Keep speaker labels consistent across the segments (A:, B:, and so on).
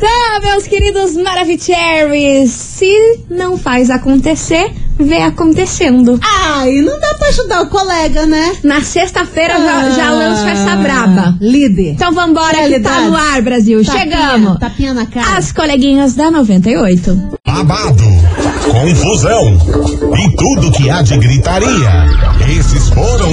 A: tá, Cherry, se não faz acontecer, vê acontecendo.
B: Ai, não dá pra ajudar o colega, né?
A: Na sexta-feira já,
B: Ah.
A: já lemos festa braba.
B: Líder.
A: Então vambora que tá
B: Realidade.
A: no ar, Brasil.
B: Tapinha,
A: Chegamos.
B: Tapinha na cara.
A: As coleguinhas da 98.
C: Babado, confusão e tudo que há de gritaria. Esses foram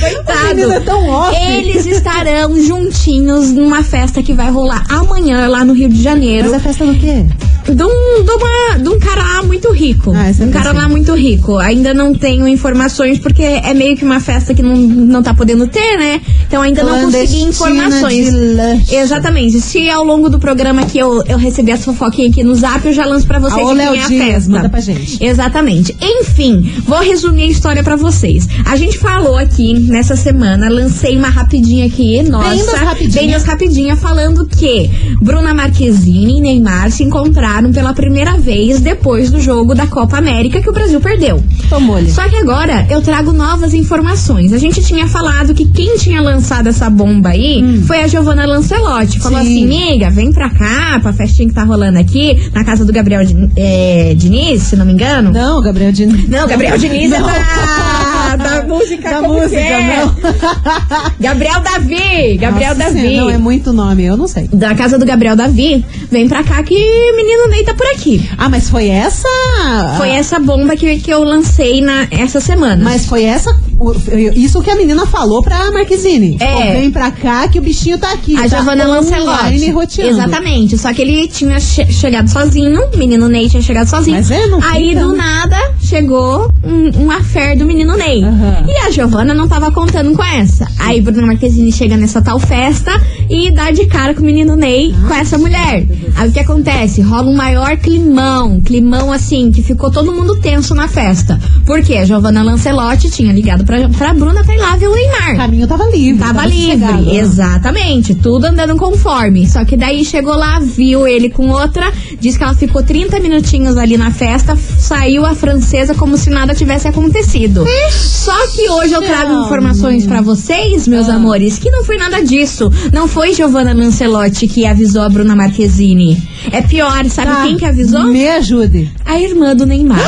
A: Coitado.
B: o menino é tão off.
A: Eles estarão juntinhos numa festa que vai rolar amanhã lá no Rio de Janeiro.
B: Mas é a festa do quê?
A: de um, de uma- de um cara lá muito rico.
B: Ah, isso eu
A: um cara
B: pensei.
A: lá muito rico. Ainda não tenho informações, porque é meio que uma festa que não, não tá podendo ter, né? Então ainda não consegui
B: Clandestina
A: informações.
B: de lanche.
A: Exatamente. Se ao longo do programa que eu, eu receber essa fofoquinha aqui no zap, eu já lanço pra vocês
B: Alô,
A: de quem
B: Léo
A: é a
B: Dias,
A: festa.
B: manda pra gente.
A: Exatamente. Enfim, vou resumir a história pra vocês. A gente falou aqui nessa semana, lancei uma rapidinha aqui, nossa.
B: das rapidinhas.
A: bem das rapidinha falando que Bruna Marquezine e Neymar se encontraram jogaram pela primeira vez depois do jogo da Copa América que o Brasil perdeu.
B: Tomou-lhe.
A: Só que agora eu trago novas informações. A gente tinha falado que quem tinha lançado essa bomba aí foi a Giovanna Lancelotti. Falou
B: Hum. Sim.
A: assim, miga, vem pra cá, pra festinha que tá rolando aqui, na casa do Gabriel Din- eh, Diniz, se não me engano.
B: Não, Gabriel Diniz.
A: Não, Gabriel Diniz é
B: Não.
A: da, da música
B: Da
A: como que
B: música,
A: é?
B: não.
A: Gabriel Davi, Gabriel
B: Nossa
A: Davi.
B: Senhora, Não, é muito nome, eu não sei.
A: Da casa do Gabriel Davi, vem pra cá que o menino Ney tá por aqui.
B: Ah, mas foi essa.
A: Foi essa bomba que, que eu lancei na, essa semana.
B: Ah. Mas foi essa. o- Isso que a menina falou pra Marquezine.
A: É.
B: Falou, vem pra cá que o bichinho tá aqui.
A: a
B: tá
A: Giovanna
B: online
A: Lancelotti.
B: roteando.
A: Exatamente. Só que ele tinha che- chegado sozinho, o menino Ney tinha chegado sozinho.
B: Mas é, não
A: Aí
B: fica,
A: do
B: né?
A: nada chegou um, um affair do menino Ney.
B: Aham.
A: E a Giovanna não tava contando com essa. Aí Bruna Marquezine chega nessa tal festa e dá de cara com o menino Ney com essa mulher. Aí o que acontece? Rola um maior climão. Climão assim, que ficou todo mundo tenso na festa. Porque a Giovanna Lancelotti tinha ligado pra, pra Bruna pra ir lá ver o Neymar.
B: O caminho tava livre.
A: Tava livre,
B: sossegado.
A: exatamente. Tudo andando conforme. Só que daí chegou lá, viu ele com outra, diz que ela ficou 30 minutinhos ali na festa, f- saiu a francesa como se nada tivesse acontecido. Só que hoje eu trago informações pra vocês, meus amores, que não foi nada disso. Não foi Giovanna Lancelotti que avisou a Bruna Marquezine. É pior, sabe
B: Tá.
A: quem que avisou?
B: Me ajude.
A: A irmã do Neymar.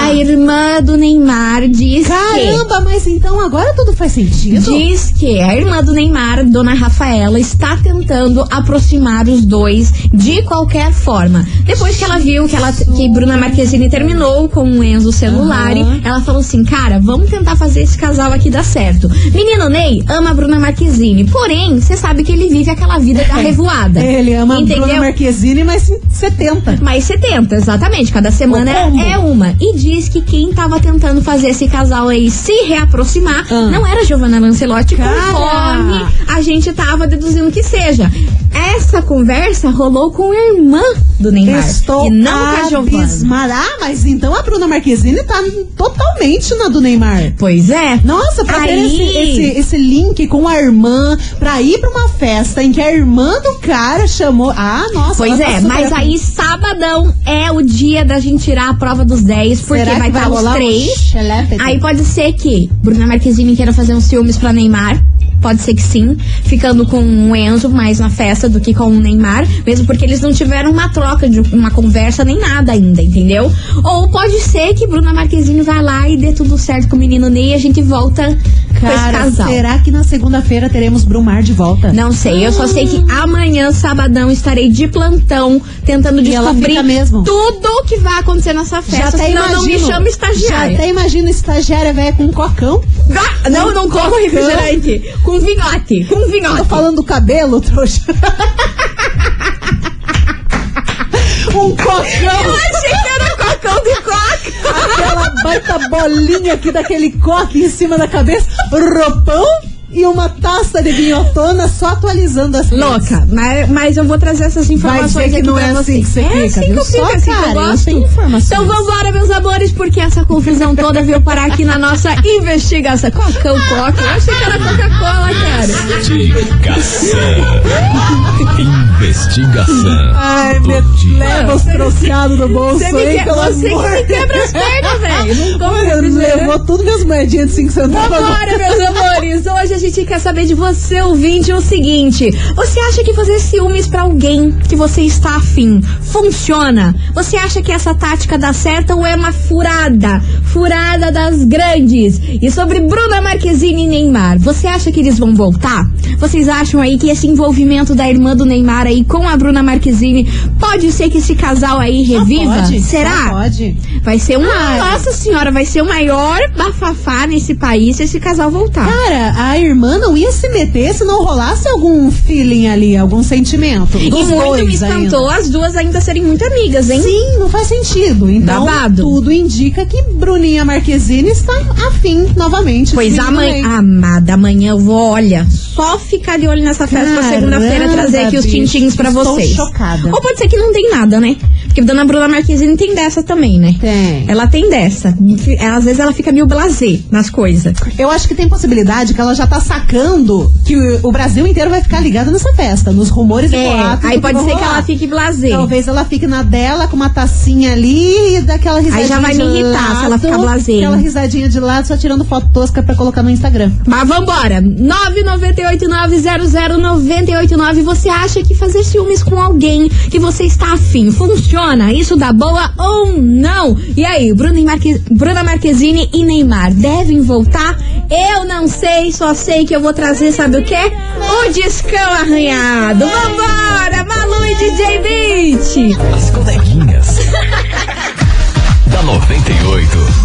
A: A irmã do Neymar disse que...
B: Caramba, mas então agora tudo faz sentido?
A: Diz que é a irmã do Neymar, Dona Rafaela, está tentando aproximar os dois de qualquer forma. Depois que ela viu que, ela, que Bruna Marquezine terminou com o Enzo Celulari,
B: Aham.
A: ela falou assim, cara, vamos tentar fazer esse casal aqui dar certo. Menino Ney ama a Bruna Marquezine, porém, você sabe que ele vive aquela vida da revoada.
B: Ele ama a Bruna Marquezine, mas 70.
A: Mais 70, exatamente. Cada semana
B: O combo.
A: é, é uma. E diz que quem tava tentando fazer esse casal aí se reaproximar
B: Ah.
A: não era Giovanna Lancelotti,
B: Cara!
A: conforme a gente tava deduzindo que seja. Essa conversa rolou com a irmã do Neymar.
B: Estou
A: e não com a Giovanna.
B: abismada. Ah, mas então a Bruna Marquezine tá totalmente na do Neymar.
A: Pois é.
B: Nossa, pra ter
A: Aí-
B: esse, esse, esse link com a irmã, pra ir pra uma festa em que a irmã do cara chamou. Ah, nossa.
A: Pois
B: ela tá
A: é,
B: super
A: mas aí sabadão é o dia da gente tirar a prova dos 10, porque
B: Será que
A: vai estar os
B: rolar um
A: três.
B: xelepe?
A: Aí pode ser que Bruna Marquezine queira fazer uns filmes pra Neymar. Pode ser que sim, ficando com o Enzo mais na festa do que com o Neymar, mesmo porque eles não tiveram uma troca de uma conversa nem nada ainda, entendeu? Ou pode ser que Bruna Marquezine vá lá e dê tudo certo com o menino Ney e a gente volta com esse
B: Cara,
A: casal.
B: será que na segunda-feira teremos Brumar de volta?
A: Não sei, eu só sei que
B: Ah.
A: amanhã, sabadão, estarei de plantão tentando
B: E ela
A: descobrir
B: fica mesmo.
A: tudo o que vai acontecer nessa
B: Já
A: festa,
B: até
A: senão não me
B: imagino.
A: chama
B: Já
A: estagiária.
B: até imagino estagiária velha com um cocão.
A: Vá- Não, não como refrigerante. Com vinhote. Com
B: Tô
A: vinhote.
B: falando do cabelo, trouxa. um
A: Eu
B: cocão,
A: achei que era cocão de coca.
B: aquela baita bolinha aqui daquele coque em cima da cabeça, roupão e uma taça de vinhotona só atualizando as coisas.
A: Louca, mas, mas eu vou trazer essas
B: Vai
A: informações
B: dizer que
A: aqui
B: não
A: pra
B: é assim
A: vocês.
B: que você
A: é assim
B: fica,
A: que
B: viu?
A: eu fico,
B: Só,
A: assim que eu
B: cara,
A: gosto.
B: tem informações.
A: Então vambora, meus amores, porque essa confusão toda veio parar aqui na nossa investigação. Cocão, coca. Eu achei que era Coca-Cola, cara.
D: Investigação. Investigação.
B: Ai,
D: do
B: me
D: dia.
B: leva os trocados no bolso,
A: Você, me,
B: hein,
A: que...
B: pelo
A: você um que
B: amor
A: me quebra as pernas, velho. Não como
B: Olha,
A: refrigerante.
B: levou tudo minhas moedinhas de 5 centavos.
A: Vambora, meus amores! Hoje a gente quer saber de você, ouvinte, o seguinte: Você acha que fazer ciúmes pra alguém que você está afim funciona? Você acha que essa tática dá certo ou é uma furada? Furada das grandes! E sobre Bruna Marquezine e Neymar, você acha que eles vão voltar? Vocês acham aí que esse envolvimento da irmã do Neymar aí com a Bruna Marquezine pode ser que esse casal aí reviva?
B: Pode,
A: Será?
B: Pode.
A: Vai ser uma.
B: Ai.
A: Nossa senhora, vai ser o maior bafafá nesse país se esse casal voltar.
B: Cara, a irmã não ia se meter se não rolasse algum feeling ali, algum sentimento.
A: e
B: Dos
A: muito
B: dois
A: me espantou as duas ainda serem muito amigas, hein?
B: ainda. Sim, não faz sentido. Então,
A: Babado.
B: tudo indica que Bruninha Marquezine está afim novamente.
A: Pois
B: Sim, também.
A: amanhã, amada, amanhã eu vou, olha, só ficar de olho nessa festa pra
B: Caramba,
A: segunda-feira trazer aqui os
B: bicho,
A: tintins pra
B: estou
A: vocês.
B: chocada.
A: Ou pode ser que não tem nada, né? Porque dona Bruna Marquezine tem dessa também, né?
B: Tem.
A: Ela tem dessa. Às vezes ela fica meio blasé nas coisas.
B: Eu acho que tem possibilidade que ela já tá sacando que o, o Brasil inteiro vai ficar ligado nessa festa, nos rumores e boatos.
A: É, aí
B: do
A: pode
B: vai
A: ser que
B: rolar.
A: ela fique assim. blazer.
B: Talvez ela fique na dela com uma tacinha ali e dá aquela risadinha
A: já vai
B: de
A: me irritar
B: lado,
A: se ela ficar blasé.
B: Aquela risadinha de lado, só tirando foto tosca pra colocar no Instagram.
A: Mas vambora! 998900989. Você acha que fazer ciúmes com alguém que você está afim funciona? Isso dá boa ou não? E aí, Bruna, e Marque... Bruna Marquezine e Neymar devem voltar? Eu não sei, só sei que eu vou trazer, sabe o quê? O discão arranhado! Vambora! Malu e DJ Beat!
D: As coleguinhas. da 98.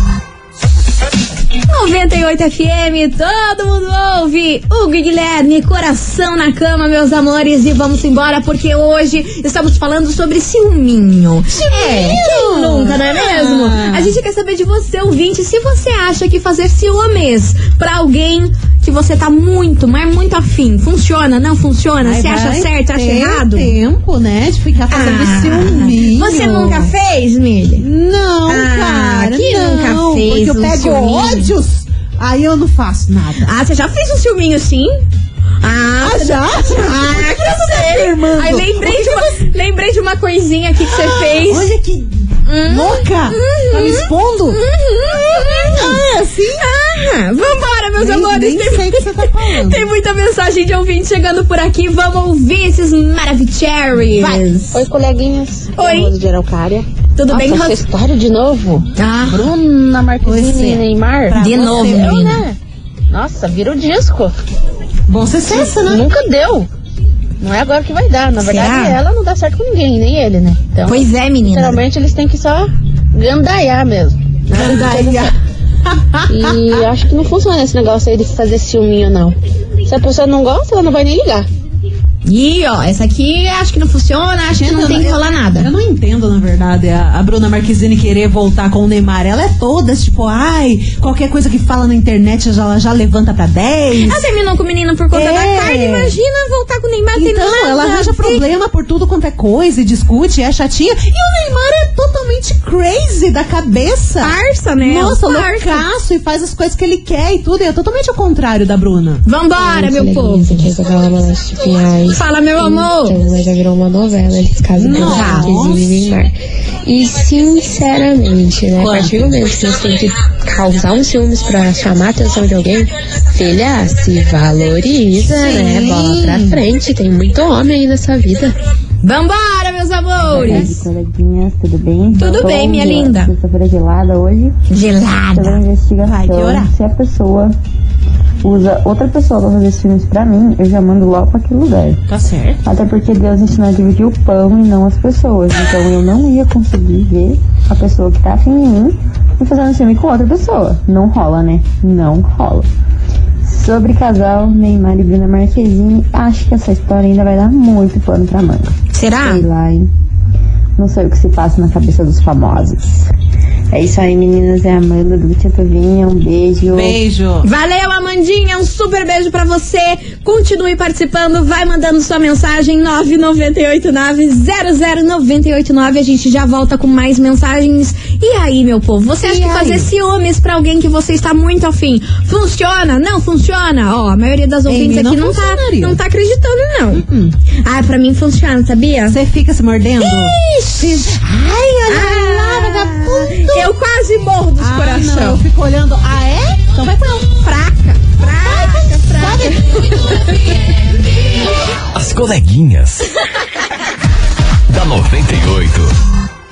A: 98 FM, todo mundo ouve! Hugo e Guilherme, coração na cama, meus amores, e vamos embora porque hoje estamos falando sobre ciúminho. É, quem nunca, não é mesmo?
B: Ah.
A: A gente quer saber de você, ouvinte, se você acha que fazer ciúmes pra alguém que você tá muito, mas muito afim, funciona, não funciona?
B: Aí
A: Você acha
B: vai
A: certo, acha
B: ter
A: errado?
B: tempo, né? De ficar fazendo
A: Ah,
B: ciúminho.
A: Você nunca fez, Mili?
B: Não,
A: Ah,
B: cara.
A: que
B: não,
A: nunca fez
B: Porque eu
A: um
B: pego
A: ciúminho?
B: ódios, aí eu não faço nada.
A: Ah, você já fez um ciúminho sim? Ah,
B: Ah, já?
A: Ah, que
B: tá afirmando? Ah,
A: Aí lembrei de, uma, lembrei de uma coisinha aqui que você fez. Hum? Uhum.
B: Olha que louca! Tá me expondo?
A: Ah, sim? Ah, vambora, meus
B: Nem-
A: amores.
B: nem
A: Tem,
B: sei o que você tá falando.
A: tem muita mensagem de ouvinte chegando por aqui. Vamos ouvir esses maravicherrys.
E: Oi, coleguinhas.
A: Oi.
E: Rose de Araucária.
A: Tudo
E: Nossa,
A: bem,
E: essa
A: Rosa?
E: história de novo?
A: Ah,
E: Bruna
B: Pois
E: Marquezine
B: é.
E: e Neymar?
A: de
B: você,
A: novo,
B: eu,
E: Eu,
A: menina.
E: né? Nossa, vira o disco.
B: Bom sucesso, né?
E: Nunca deu. Não é agora que vai dar. Na verdade,
A: Será?
E: ela não dá certo com ninguém, nem ele, né? Então,
A: Pois é, menina.
E: geralmente eles têm que só gandaiar mesmo. E eu acho que não funciona esse negócio aí de fazer ciúminho, não. Se a pessoa não gosta, ela não vai nem ligar.
A: Ih, ó, essa aqui acho que não funciona, acho que não tem que rolar
B: Eu
A: nada.
B: não entendo, na verdade, a, a Bruna Marquezine querer voltar com o Neymar. Ela é toda, tipo, ai, qualquer coisa que fala na internet já- ela já levanta pra 10.
A: Ela Ah, terminou com o menino por conta
B: É.
A: da carne, imagina voltar com o Neymar tem
B: Então,
A: nada
B: ela arranja
A: a ver.
B: problema por tudo quanto é coisa e discute, é chatinha. E o Neymar é totalmente crazy da cabeça.
A: Parça, né?
B: Nossa,
A: Parça.
B: loucaço e faz as coisas que ele quer e tudo. E é totalmente ao contrário da Bruna.
A: Vambora, meu povo.
E: Que é essa galera de finais.
A: Fala, meu amor.
E: Então, mas já virou uma novela eles casam com
B: Nossa.
E: Marquezine e Neymar. E sinceramente, né? A partir do momento que você tem que causar uns ciúmes pra chamar a atenção de alguém, filha, se valoriza, né? Bola pra frente, tem muito homem aí nessa vida.
A: Vambora, meus amores.
F: coleguinhas, tudo bem?
A: Tudo
F: Bom
A: bem, minha
F: dia.
A: linda.
F: Sexta-feira gelada hoje. Sobre a
A: Gelada.
F: investigação.
B: Vai piorar.
F: Se a pessoa usa outra pessoa pra fazer filmes pra mim, eu já mando logo pra aquele lugar.
B: Tá certo.
F: Até porque Deus ensinou a dividir o pão e não as pessoas. Então eu não ia conseguir ver a pessoa que tá afim de mim e fazendo filme com outra pessoa. Não rola, né? Não rola. Sobre casal, Neymar e Bruna Marquezine, acho que essa história ainda vai dar muito pano pra manga.
A: Será?
F: Sei lá, hein? Não sei o que se passa na cabeça dos famosos. É isso aí, meninas. É a Amanda do Tia Tovinha. Um beijo.
B: Beijo.
A: Valeu, Amandinha. Um super beijo pra você. Continue participando. Vai mandando sua mensagem 998900989. A gente já volta com mais mensagens. E aí, meu povo? Você acha que fazer ciúmes pra alguém que você está muito afim funciona? Não funciona? Ó, a maioria das ouvintes
B: mim
A: aqui
B: não
A: não tá,
B: funcionaria. Uh-uh.
A: não tá acreditando, não. Ah, pra mim funciona, sabia?
B: Você fica se mordendo?
A: Ixi.
B: Ai,
A: Ah, Eu quase morro dos
B: Ah, não, eu
A: coração.
B: fico olhando. Ah, é? Então vai com ela.
A: Fraca, fraca, fraca.
D: As coleguinhas. da 98.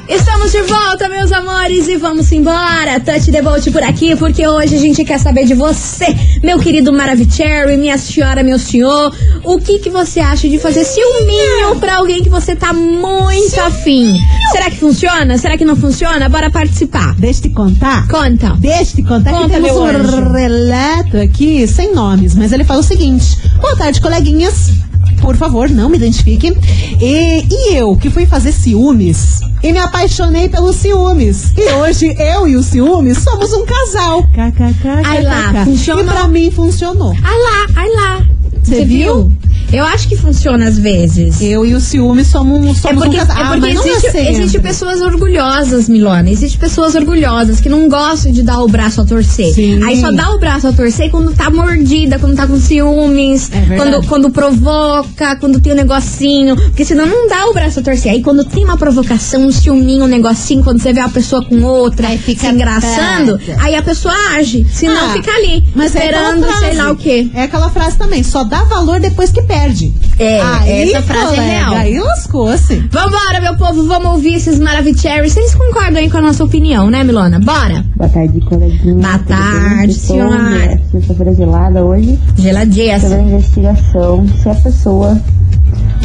A: Estamos de volta, meus amores, e vamos embora. Touch the boat por aqui, porque hoje a gente quer saber de você, meu querido Maravicherry, minha senhora, meu senhor. O que que você acha de fazer ciúminho pra alguém que você tá muito afim? Será que funciona? Será que não funciona? Bora participar.
B: Deixa eu te contar.
A: Conta.
B: Deixa eu te contar
A: Conta,
B: que temos
A: meu anjo.
B: um relato aqui, sem nomes, mas ele fala o seguinte: Boa tarde, coleguinhas. Por favor, não me identifiquem. E, e eu, que fui fazer ciúmes e me apaixonei pelos ciúmes. E hoje eu e os ciúmes somos um casal. KKK.
A: Ai lá,
B: E
A: funcionou.
B: pra mim funcionou.
A: Ai lá, ai lá.
B: Você viu?
A: Eu acho que funciona às vezes.
B: Eu e o ciúme somos, um-
A: É
B: somos
A: porque,
B: um casal.
A: é
B: Ah,
A: porque
B: mas não é
A: existe,
B: sempre.
A: existe pessoas orgulhosas, Milona. Existe pessoas orgulhosas que não gostam de dar o braço a torcer.
B: Sim.
A: Aí só dá o braço a torcer quando tá mordida, quando tá com ciúmes,
B: É verdade.
A: quando, quando provoca, quando tem um negocinho. Porque senão não dá o braço a torcer. Aí quando tem uma provocação, um ciúminho, um negocinho, quando você vê uma pessoa com outra se engraçando,
B: brava.
A: aí a pessoa age. Senão
B: Ah,
A: fica ali,
B: mas é aquela
A: esperando
B: frase.
A: sei lá o quê.
B: É aquela frase também, só dá valor depois que perde.
A: É,
B: aí,
A: essa frase é
B: colega,
A: real.
B: Aí assim. lascou-se.
A: Vambora, meu povo, vamos ouvir esses maravicheries. Vocês concordam aí com a nossa opinião, né, Milona? Bora!
F: Boa tarde, coleguinha.
A: Boa
F: Tudo bem?
A: tarde,
F: Sextou,
A: senhora.
F: né? Sexta-feira gelada hoje.
A: Geladinha.
F: Sobre a investigação, se a pessoa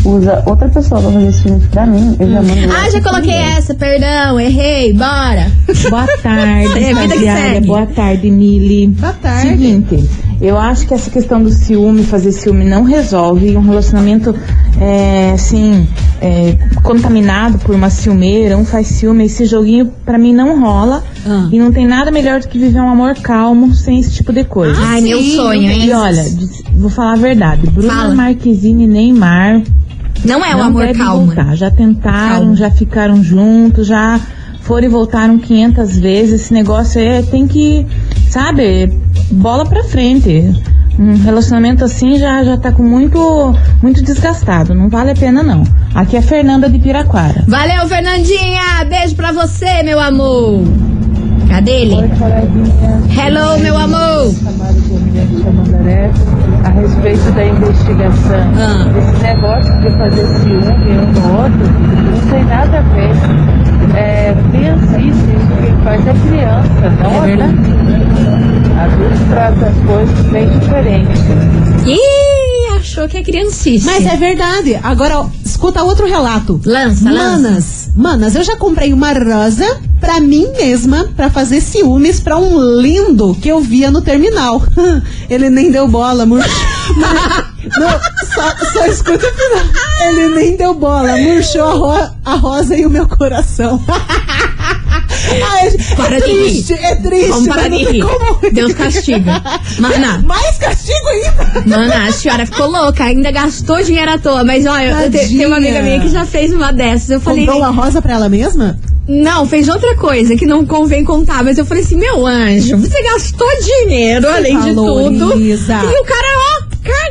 F: usa outra pessoa pra fazer esse filme pra mim, eu já mando.
A: Ah, já coloquei essa, perdão, errei, bora.
G: Boa tarde,
A: É, vida que
G: rapaziada.
A: segue.
G: Boa tarde, Mili.
B: Boa tarde.
G: Seguinte, eu acho que essa questão do ciúme, fazer ciúme, não resolve. Um relacionamento, é, assim, é, contaminado por uma ciumeira, um faz ciúme. Esse joguinho, pra mim, não rola.
B: Ah.
G: E não tem nada melhor do que viver um amor calmo, sem esse tipo de coisa.
A: Ai, meu sonho, hein?
G: E olha, diz- vou falar a verdade. Bruno
A: Fala.
G: Marquezine e Neymar
A: Não é o
G: não
A: amor
G: deve
A: calma.
G: voltar. Já tentaram,
A: Calma.
G: já ficaram juntos, já foram e voltaram 500 vezes. Esse negócio é, tem que, sabe, bola pra frente. Um relacionamento assim já, já tá com muito, muito desgastado. Não vale a pena, não. Aqui é a Fernanda de Piraquara.
A: Valeu, Fernandinha! Beijo pra você, meu amor! Cadê ele? Hello, meu amor!
G: A respeito da investigação,
A: Ah.
G: esse negócio de fazer ciúme um no outro, não tem nada a ver. É, pensa isso, isso que faz é criança, não é verdade? Adulto trata as coisas bem diferente.
A: Ih, achou que é criancice.
B: Mas é verdade. Agora, ó, escuta outro relato.
A: Lança, lança.
B: Manas, manas, eu já comprei uma rosa pra mim mesma, pra fazer ciúmes pra um lindo que eu via no terminal. Ele nem deu bola, murchou. Não, só, só escuta o final. Ele nem deu bola, murchou a, ro- a rosa e o meu coração. Ai,
A: Para
B: é
A: de rir.
B: triste, é triste.
A: Vamos
B: mas
A: parar
B: não
A: de
B: tem
A: rir.
B: como rir.
A: Deus castiga. Mana,
B: Mais castigo ainda.
A: Mana, a senhora ficou louca, ainda gastou dinheiro à toa. Mas olha, eu te- tem uma amiga
B: Tadinha.
A: minha que já fez uma dessas. Eu falei,
B: Comprou uma rosa pra ela mesma?
A: não, fez outra coisa que não convém contar. Mas eu falei assim, meu anjo, você gastou dinheiro além de
B: Valoriza.
A: tudo. E o cara, ó,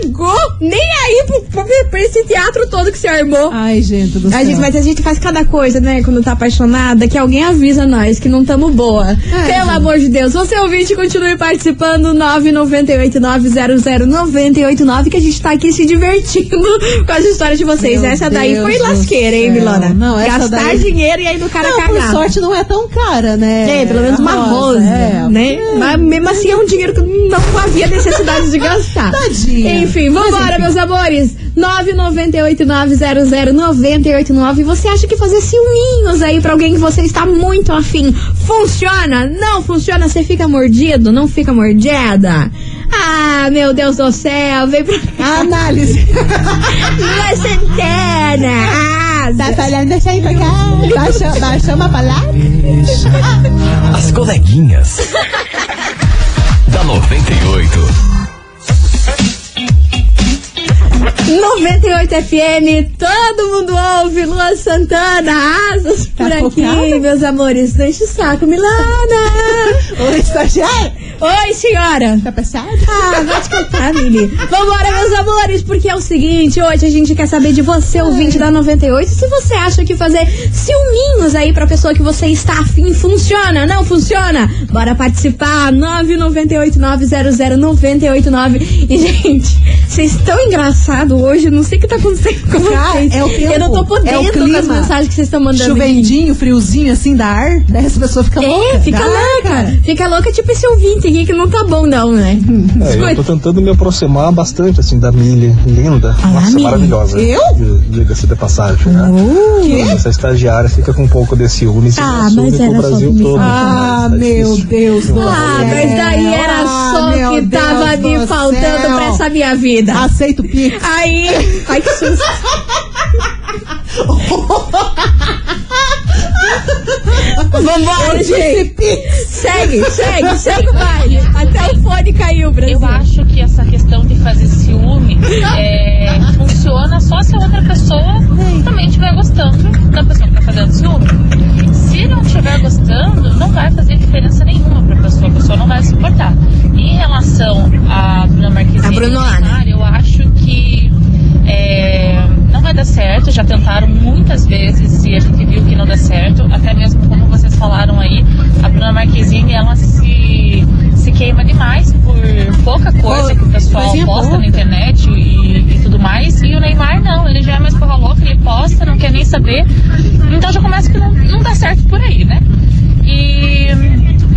A: cagou. Nem aí pro, pro- pra esse teatro todo que você armou.
B: Ai, gente do céu.
A: A gente, mas a gente faz cada coisa, né? Quando tá apaixonada, que alguém avisa nós que não tamo boa.
B: É.
A: Pelo amor de Deus. Você ouvinte, continue participando. 998-900-989, que a gente tá aqui se divertindo com as histórias de vocês.
B: Meu
A: essa daí
B: Deus
A: foi
B: do
A: lasqueira, hein,
B: céu.
A: Milona?
B: Não, essa
A: Gastar
B: daí-
A: dinheiro e aí do cara
B: não, por
A: cagar.
B: sorte não é tão cara, né?
A: É, pelo menos uma
B: A
A: rosa,
B: é.
A: né? Mas mesmo assim é um dinheiro que não havia necessidade de gastar.
B: Tadinha.
A: Enfim, vambora, meus amores. 998900989. Você acha que fazer ciúminhos aí pra alguém que você está muito afim funciona? Não funciona? Você fica mordido? Não fica mordida? Ah, meu Deus do céu, vem pra cá.
B: A análise.
A: Lua Santana! Ah,
B: tá falando assim pra cá. Baixa, baixa uma palavra.
D: As coleguinhas. da 98.
A: 98 FM, todo mundo ouve, Lua Santana, asas por aqui,
B: focada?
A: meus amores. Não enche o saco, Milana!
B: Oi, estagiário.
A: Oi, senhora!
B: Tá passado?
A: Ah, vai te cantar, Mili. Vambora, meus amores, porque é o seguinte, hoje a gente quer saber de você, ouvinte da 98, se você acha que fazer ciúminhos aí pra pessoa que você está afim funciona, não funciona? Bora participar, 998900989. E, gente, vocês estão engraçados hoje, eu não sei o que tá acontecendo com
B: Cara,
A: vocês.
B: é o tempo,
A: eu não tô podendo
B: é o
A: com as
B: clima.
A: mensagens que vocês estão mandando.
B: Chuvendinho, friozinho assim da ar. Daí essa pessoa fica louca.
A: É, fica
B: Dá ar,
A: louca. Fica louca tipo esse ouvinte aqui que não tá bom não, né?
H: É, eu tô tentando me aproximar bastante, assim, da Mili. Linda.
A: Ah,
H: Nossa,
A: Mili.
H: maravilhosa.
B: Eu?
H: Di- Diga-se de passagem, né? Essa estagiária fica com um pouco desse ciúme. esse
A: Uh, Ah,
H: ciúme
A: mas
H: com
A: era
H: o
A: só
H: Brasil
A: me
H: todo.
B: Ah,
H: Mas tá
B: meu
H: difícil.
B: Deus do
A: Ah,
B: céu.
A: mas daí era
B: Ah,
A: só
B: meu
A: que
B: Deus
A: tava
B: do
A: me faltando
B: céu.
A: pra essa minha vida.
B: Aceito o pix.
A: Aí. Ai, que susto. Vambora, gente.
B: Esse pix.
A: Segue, segue, segue o baile. Até o fone caiu, Brasil.
I: Eu acho que essa questão de fazer ciúme é, funciona só se a outra pessoa também estiver gostando da pessoa que tá fazendo ciúme. Se não estiver gostando, não vai fazer diferença nenhuma pra pessoa, a pessoa não vai se importar. Em relação à Bruna Marquezine,
A: A Brunona.
I: e Neymar, eu acho que é, não vai dar certo, já tentaram muitas vezes e a gente viu que não dá certo, até mesmo como vocês falaram aí, a Bruna Marquezine, ela se, se queima demais por pouca coisa que o pessoal
B: coisinha
I: posta
B: pouca.
I: na internet e, e tudo mais, e o Neymar não, ele já é mais porra louca, ele posta, não quer nem saber, então já começa que não, não dá certo por aí, né? E,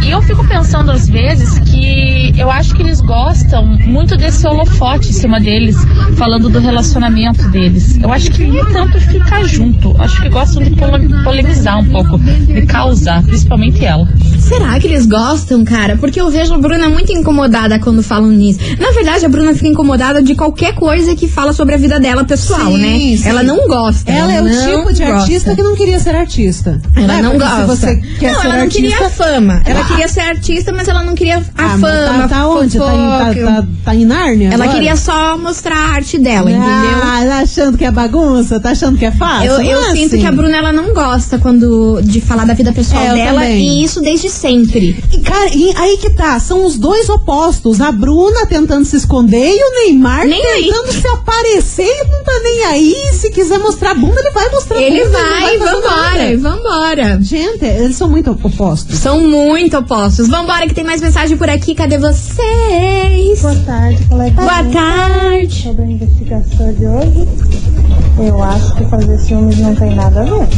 I: e eu fico pensando às vezes que eu acho que eles gostam muito desse holofote em cima deles, falando do relacionamento deles. Eu acho que nem é tanto ficar junto. Acho que gostam de pole- polemizar um pouco, de causar, principalmente ela.
A: Será que eles gostam, cara? Porque eu vejo a Bruna muito incomodada quando falam nisso. Na verdade, a Bruna fica incomodada de qualquer coisa que fala sobre a vida dela pessoal,
B: Sim,
A: né?
B: sim.
A: Ela não gosta.
B: Ela é o
A: não
B: tipo de
A: gosta.
B: artista que não queria ser artista.
A: Ela
B: Né?
A: não
B: Porque
A: gosta.
B: Se você quer
A: não,
B: ser
A: ela não
B: artista,
A: queria a fama. Ela queria ser artista, mas ela não queria a
B: Ah, mas
A: fama.
B: Tá, tá onde? Tá em, tá,
A: fofoca.
B: tá- tá em Nárnia?
A: Ela
B: agora?
A: queria só mostrar a arte dela, entendeu?
B: Ah, tá achando que é bagunça? Tá achando que é fácil?
A: Eu, eu
B: Não é
A: sinto
B: assim.
A: que a Bruna ela não gosta quando de falar da vida pessoal
B: É, eu
A: dela
B: também.
A: e isso desde sempre.
B: E, cara, e aí que tá, são os dois opostos. A Bruna tentando se esconder e o Neymar
A: Nem aí.
B: tentando se aparecer e não tá nem aí. Se quiser mostrar a bunda, ele vai mostrar a
A: Ele
B: bunda.
A: vai,
B: ele não fazer
A: vambora,
B: nada.
A: vambora.
B: Gente, eles são muito opostos.
A: São muito opostos. Vambora, que tem mais mensagem por aqui. Cadê vocês? Boa tarde, colega. Boa tarde.
F: da investigação de hoje, eu acho que fazer ciúmes não tem nada a ver.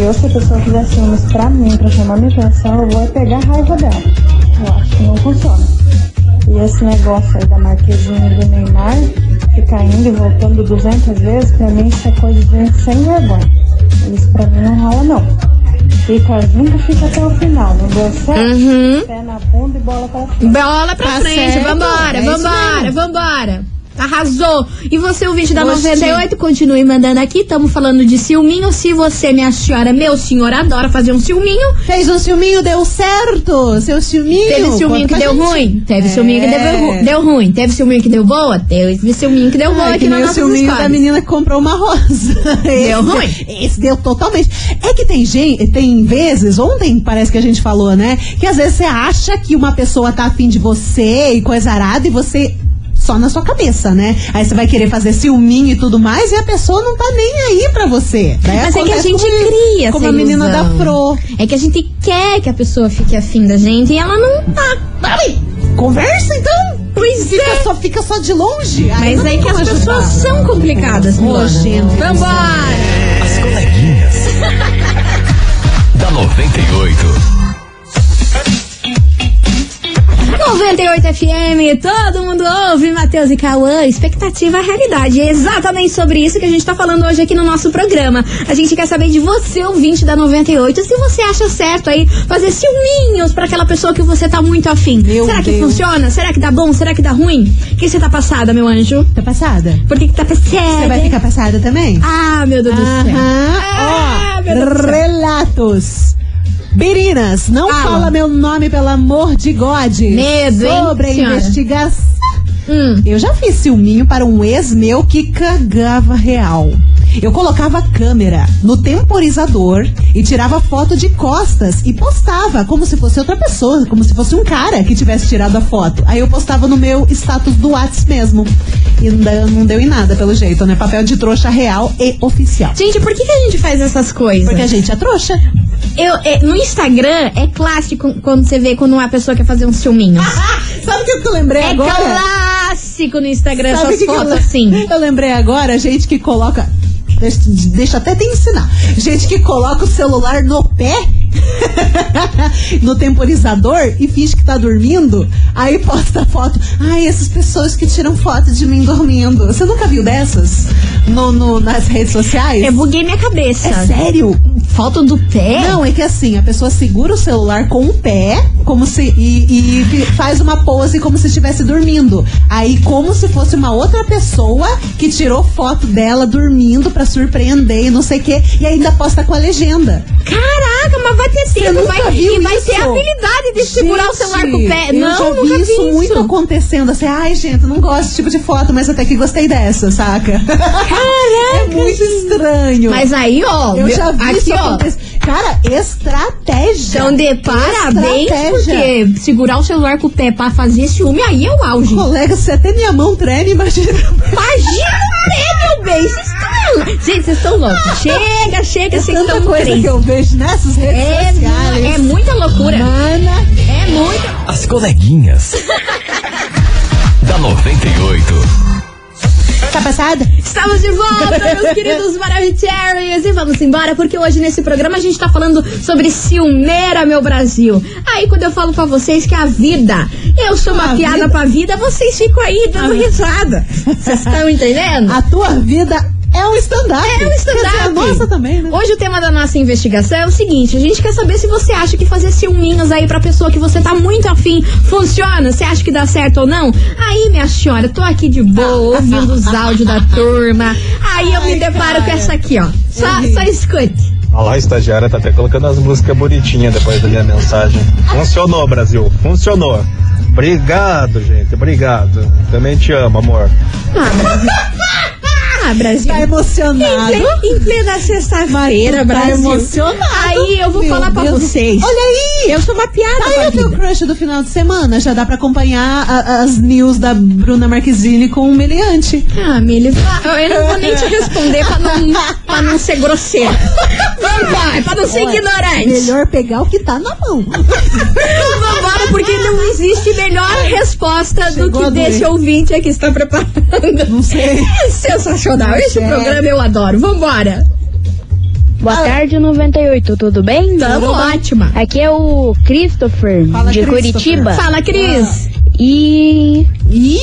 F: Eu, se a pessoa fizer ciúmes pra mim, pra chamar minha atenção, eu vou é pegar a raiva dela. Eu acho que não funciona. E esse negócio aí da marquezinha e do Neymar, ficar indo e voltando 200 vezes, pra mim isso é coisa de gente sem vergonha. Isso pra mim não rola, não. Fica junto, fica até o final. Não deu certo?
A: Uhum.
F: Pé na bunda e bola pra frente.
A: Bola pra
B: Tá
A: frente.
B: certo,
A: Vambora,
B: é isso
A: vambora, vambora. Arrasou! E você, ouvinte da
B: Gostei.
A: 98, continue mandando aqui. Estamos falando de ciúminho. Se você, minha senhora, meu senhor, adora fazer um ciúminho,
B: Fez um ciúminho, deu certo. Seu ciúminho.
A: Teve um ciúminho que
B: conta pra
A: deu
B: gente.
A: ruim, teve
B: É.
A: ciúminho que deu, ru- deu ruim, teve ciúminho que deu boa, teve ciúminho que deu boa
B: Ai,
A: aqui
B: é que
A: na
B: nem o
A: nossa
B: ciúminho da
A: história.
B: menina que comprou uma rosa.
A: Deu
B: Esse-
A: ruim.
B: Esse deu totalmente. É que tem gente, tem vezes, ontem parece que a gente falou, né? Que às vezes você acha que uma pessoa tá afim de você e coisa arada e você só na sua cabeça, né? Aí você vai querer fazer ciúminho e tudo mais e a pessoa não tá nem aí pra você. Daí
A: Mas é que a
B: acontece
A: gente
B: como-
A: cria
B: Como
A: essa
B: a menina da
A: ilusão.
B: Pro.
A: É que a gente quer que a pessoa fique afim da gente e ela não tá.
B: Ai, conversa então.
A: Pois
B: fica só fica só de longe. Aí
A: Mas
B: não
A: é
B: tem
A: que as
B: como ajudar.
A: pessoas são complicadas, Milana.
B: gente.
A: Vambora!
D: As coleguinhas. da 98.
A: 98 FM, todo mundo ouve, Matheus e Cauã, expectativa, realidade. É exatamente sobre isso que a gente tá falando hoje aqui no nosso programa. A gente quer saber de você, ouvinte da 98, se você acha certo aí fazer ciúminhos pra aquela pessoa que você tá muito afim.
B: Meu
A: Será que
B: Deus.
A: funciona? Será que dá bom? Será que dá ruim? O que você tá passada, meu anjo?
B: Tá passada?
A: Por que, que tá
B: Você vai
A: passada?
B: ficar passada também?
A: Ah, meu Deus do céu. Ah,
B: Aham.
A: meu Deus do
B: Ó,
A: céu.
B: relatos. Birinas, não
A: Fala.
B: fala. meu nome, pelo amor de God.
A: Medo, hein,
B: Sobre a
A: senhora?
B: investigação.
A: Hum.
B: Eu já fiz ciúminho para um ex meu que cagava real. Eu colocava a câmera no temporizador e tirava foto de costas e postava como se fosse outra pessoa, como se fosse um cara que tivesse tirado a foto. Aí eu postava no meu status do Whats mesmo. E não deu- não deu em nada, pelo jeito, né? Papel de trouxa real e oficial.
A: Gente, por que, que a gente faz essas coisas?
B: Porque a gente é trouxa.
A: Eu, é, no Instagram é clássico quando você vê quando uma pessoa quer fazer um ciúminho.
B: Ah, Sabe o que eu lembrei
A: É clássico no Instagram
B: Sabe o
A: essas
B: que que
A: fotos
B: eu,
A: assim.
B: Eu lembrei agora, gente que coloca. Deixa, deixa até te ensinar. Gente que coloca o celular no pé, no temporizador, e finge que tá dormindo, aí posta a foto. Ai, essas pessoas que tiram foto de mim dormindo. Você nunca viu dessas? No, no- nas redes sociais?
A: Eu buguei minha cabeça.
B: É sério?
A: Foto do pé?
B: Não, é que assim, a pessoa segura o celular com o pé, como se. E, e fi- faz uma pose como se estivesse dormindo. Aí, como se fosse uma outra pessoa que tirou foto dela dormindo pra surpreender e não sei o quê. E ainda posta com a legenda.
A: Caraca, mas vai ter tempo.
B: nunca
A: Vai,
B: viu
A: e vai
B: isso?
A: ter habilidade Pare de segurar o celular com o pé.
B: Eu
A: não,
B: já vi
A: nunca vi
B: isso, muito acontecendo. Assim, ai, gente, eu não gosto desse tipo de foto, mas até que gostei dessa, saca?
A: Caraca!
B: É muito estranho.
A: Mas aí, ó,
B: eu
A: meu-
B: já vi
A: aqui,
B: isso
A: ó.
B: acontecer. Cara, estratégia.
A: Então de parabéns,
B: Estratégia.
A: porque segurar o celular com o pé pra fazer ciúme aí é o auge.
B: Colega, se até minha mão treme, imagina.
A: Imagina o prêmio, bem, vocês estão... Gente, vocês estão loucos. Chega, chega, vocês
B: É Tanta
A: estão
B: coisa
A: crazy.
B: que eu vejo nessas redes
A: É,
B: sociais.
A: é muita loucura.
B: Mana,
A: É muita...
D: As coleguinhas. da 98.
B: tá passada?
A: Estamos de volta, meus queridos Maravicheries. E vamos embora, porque hoje nesse programa a gente tá falando sobre ciumeira, meu Brasil. Aí quando eu falo pra vocês que a vida, eu sou uma
B: A
A: piada
B: vida- Ah.
A: pra vida, vocês ficam aí dando risada. Vocês estão entendendo?
B: A tua vida é um stand-up.
A: É um
B: Quer dizer,
A: stand-up.
B: A nossa também, né?
A: Hoje o tema da nossa investigação é o seguinte: a gente quer saber se você acha que fazer ciúminhos aí pra pessoa que você tá muito afim funciona. Você acha que dá certo ou não? Aí, minha senhora, eu tô aqui de boa, ouvindo os áudios da turma. Aí eu me
B: Ai,
A: deparo com
B: cara.
A: essa aqui, ó. Só,
B: Uhum.
A: só escute.
H: Olha lá, a estagiária tá até colocando as músicas bonitinhas depois da minha mensagem. Funcionou, Brasil. Funcionou. Obrigado, gente. Obrigado. Também te amo, amor.
A: Ah, Brasil.
B: Tá emocionado.
A: Em ple- Em plena sexta-feira,
B: Mas tu tá
A: Brasil.
B: emocionado.
A: Aí eu vou
B: Meu
A: falar pra
B: Deus do-
A: vocês.
B: Olha aí!
A: Eu sou uma piada,
B: Tá
A: pra
B: aí o teu
A: vida.
B: crush do final de semana. Já dá pra acompanhar a- as news da Bruna Marquezine com o Meliante.
A: Ah, Mili, eu eu não vou nem te responder pra não, pra não ser grosseira. Vambora, pra não ser ignorante.
B: Melhor pegar o que tá na mão.
A: Vambora, porque não existe melhor resposta do
B: Chegou
A: que
B: a doer.
A: desse ouvinte aqui está preparando.
B: Não sei.
A: É sensacional. Esse
B: É.
A: programa eu adoro. Vambora.
E: Boa tarde, 98, tudo bem?
A: Tamo Tá ótima.
E: Aqui é o Christopher,
B: Fala,
E: de
B: Christopher.
E: Curitiba.
A: Fala, Cris.
E: E
B: Ih!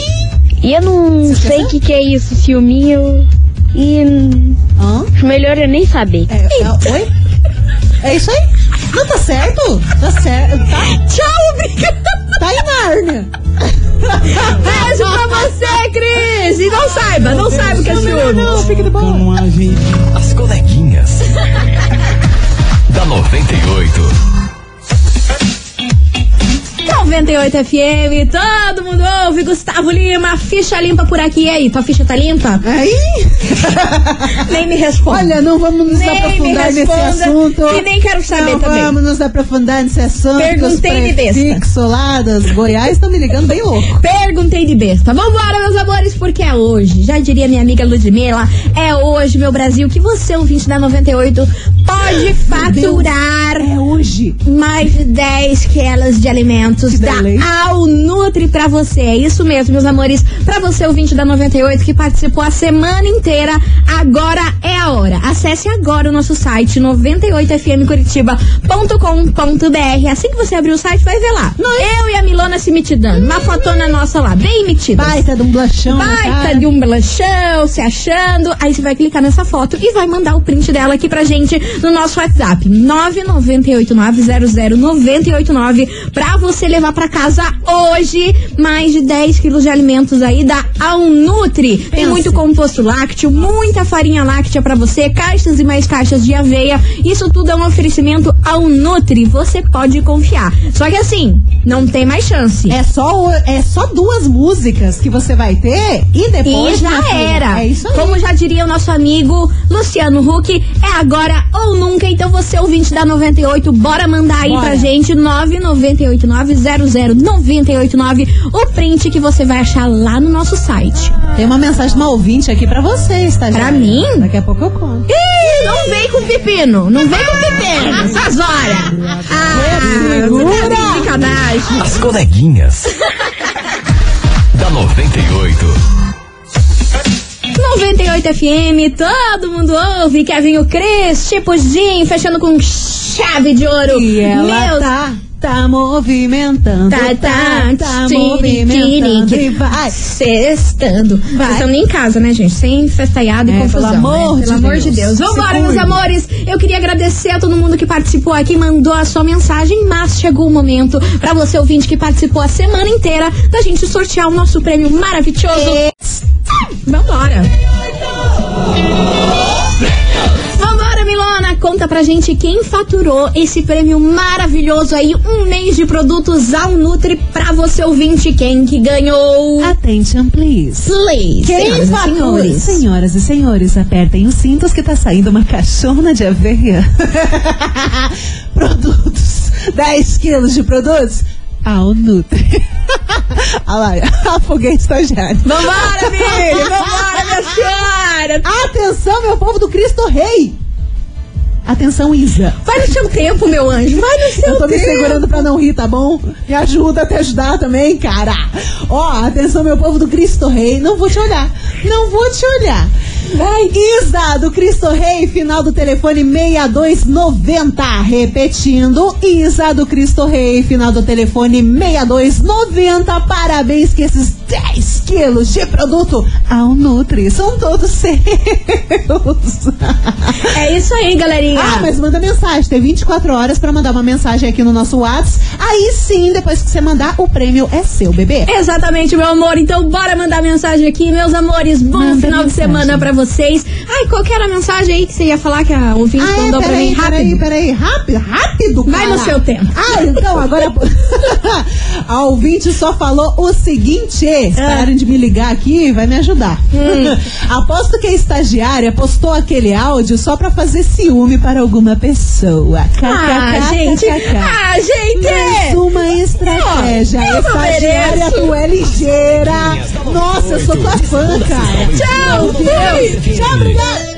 E: E eu não sei o que, que é isso, ciúminho. E hum,
B: Hã?
E: acho melhor eu nem saber.
B: É, é- oi? É isso aí? Não, tá certo? Tá certo. Tá,
A: Tchau, obrigada.
B: tá em Nárnia. Ah.
A: Beijo pra você, Cris. E não saiba, não saiba o que é
B: Não,
A: ciúme.
B: não, fica de boa.
D: As coleguinhas. da 98.
A: 98 FM, todo mundo ouve. Gustavo Lima, ficha limpa por aqui. E aí, tua ficha tá limpa?
B: Aí,
A: Nem me responde.
B: olha, não vamos nos
A: Nem me
B: aprofundar nesse
A: responda,
B: assunto.
A: que nem quero saber
B: não
A: também.
B: vamos nos aprofundar nesse assunto.
A: Perguntei-lhe
B: que
A: besta.
B: os prefixos lá das Goiás estão me ligando bem louco.
A: Perguntei de besta. Vambora, meus amores, porque é hoje. Já diria minha amiga Ludmilla, é hoje, meu Brasil, que você, ouvinte da 98, pode faturar
B: É hoje.
A: mais de 10 quilos de alimentos
B: Que
A: da
B: delícia.
A: Alnutri pra você. É isso mesmo, meus amores. Pra você, ouvinte da 98, que participou a semana inteira, agora é a hora. Acesse agora o nosso site 98fmcuritiba.com.br. Assim que você abrir o site, vai ver lá. Eu e a Milona se mitidando. Uma fotona nossa lá, bem metida.
B: Baita de um blachão. na
A: Baita
B: cara.
A: de um blanchão, se achando. Aí você vai clicar nessa foto e vai mandar o print dela aqui pra gente no nosso WhatsApp. 998900989 pra você levar pra casa hoje mais de 10 quilos de alimentos aí da Alnutri. Tem
B: Pensa.
A: muito composto lácteo, muita farinha láctea pra você, caixas e mais caixas de aveia. Isso tudo é um oferecimento Alnutri. Você pode confiar. Só que assim, não tem mais chance.
B: É só, o- é só duas músicas que você vai ter e
A: E
B: depois. minha
A: já
B: filha,
A: era.
B: É isso aí.
A: Como já diria o nosso amigo Luciano Huck, é agora ou nunca. Então você, ouvinte da 98, bora mandar aí
B: Bora.
A: pra gente 998900989 o print que você vai achar lá no nosso site.
B: Tem uma mensagem de uma ouvinte aqui pra você, estagiária.
A: Pra mim?
B: Daqui a pouco eu conto.
A: Ih, não vem com pepino, não vem com pepino, essas horas. Ah, você tá de sacanagem.
D: As coleguinhas. da 98.
A: 98 FM, todo mundo ouve. Kevin o Cris, tipo Jim, fechando com chave de ouro.
B: E ela
A: Meus
B: tá, tá movimentando.
A: Tá, tá,
B: tá
A: tiri,
B: movimentando.
A: tiri.
B: E vai.
A: Sextando. Vocês estão nem em casa, né, gente? Sem festaiado e
B: É,
A: confusão.
B: pelo amor
A: né?
B: de
A: pelo amor de
B: Deus.
A: Deus. Vambora,
B: Se
A: meus
B: cuide.
A: amores. Eu queria agradecer a todo mundo que participou aqui, mandou a sua mensagem, mas chegou o momento pra você, ouvinte, que participou a semana inteira, da gente sortear o nosso prêmio maravilhoso. Vambora. Vambora, Milona. Conta pra gente quem faturou esse prêmio maravilhoso aí, um mês de produtos ao Nutri pra você ouvinte, quem que ganhou?
B: Attention, please.
A: Please, senhoras e senhores.
B: Senhoras e senhores, apertem os cintos que tá saindo uma caixona de aveia. produtos. 10 quilos de produtos. Ao Nutri. Olha lá, afoguei o estagiário.
A: Vambora, filho! Vambora, minha senhora!
B: Atenção, meu povo do Cristo Rei! Atenção, Isa.
A: Vai no seu tempo, meu anjo. Vai no seu
B: Eu tô me
A: tempo.
B: segurando pra não rir, tá bom? Me ajuda a te ajudar também, cara. Ó, atenção, meu povo do Cristo Rei. Não vou te olhar. Não vou te olhar. Vai. Isa do Cristo Rei, final do telefone 6290. Repetindo, Isa do Cristo Rei, final do telefone 6290. Parabéns que esses 10 quilos de produto ao Nutri são todos seus.
A: É isso aí, galerinha.
B: Ah, mas manda mensagem. Tem 24 horas pra mandar uma mensagem aqui no nosso WhatsApp. Aí sim, depois que você mandar, o prêmio é seu, bebê.
A: Exatamente, meu amor. Então, bora mandar mensagem aqui, meus amores. Bom
B: Manda
A: final de
B: mensagem.
A: semana pra vocês. Ai, qual que era a mensagem aí que você ia falar que a ouvinte
B: Ah, é,
A: mandou pra mim?
B: peraí,
A: Rápido.
B: peraí, peraí, rápido, rápido,
A: Vai
B: cara.
A: no seu tempo.
B: Ah, então, agora a ouvinte só falou o seguinte,
A: Ah.
B: se pararem de me ligar aqui, vai me ajudar.
A: Hum.
B: Aposto que a estagiária postou aquele áudio só pra fazer ciúme para alguma pessoa.
A: Ah,
B: KKKKK.
A: gente. Ah,
B: Mais
A: gente.
B: uma estratégia.
A: Não, eu não
B: Estagiária,
A: mereço.
B: tu é ligeira. Nossa, eu sou tua fã, cara.
A: Tchau, fui.
B: Tchau, obrigada.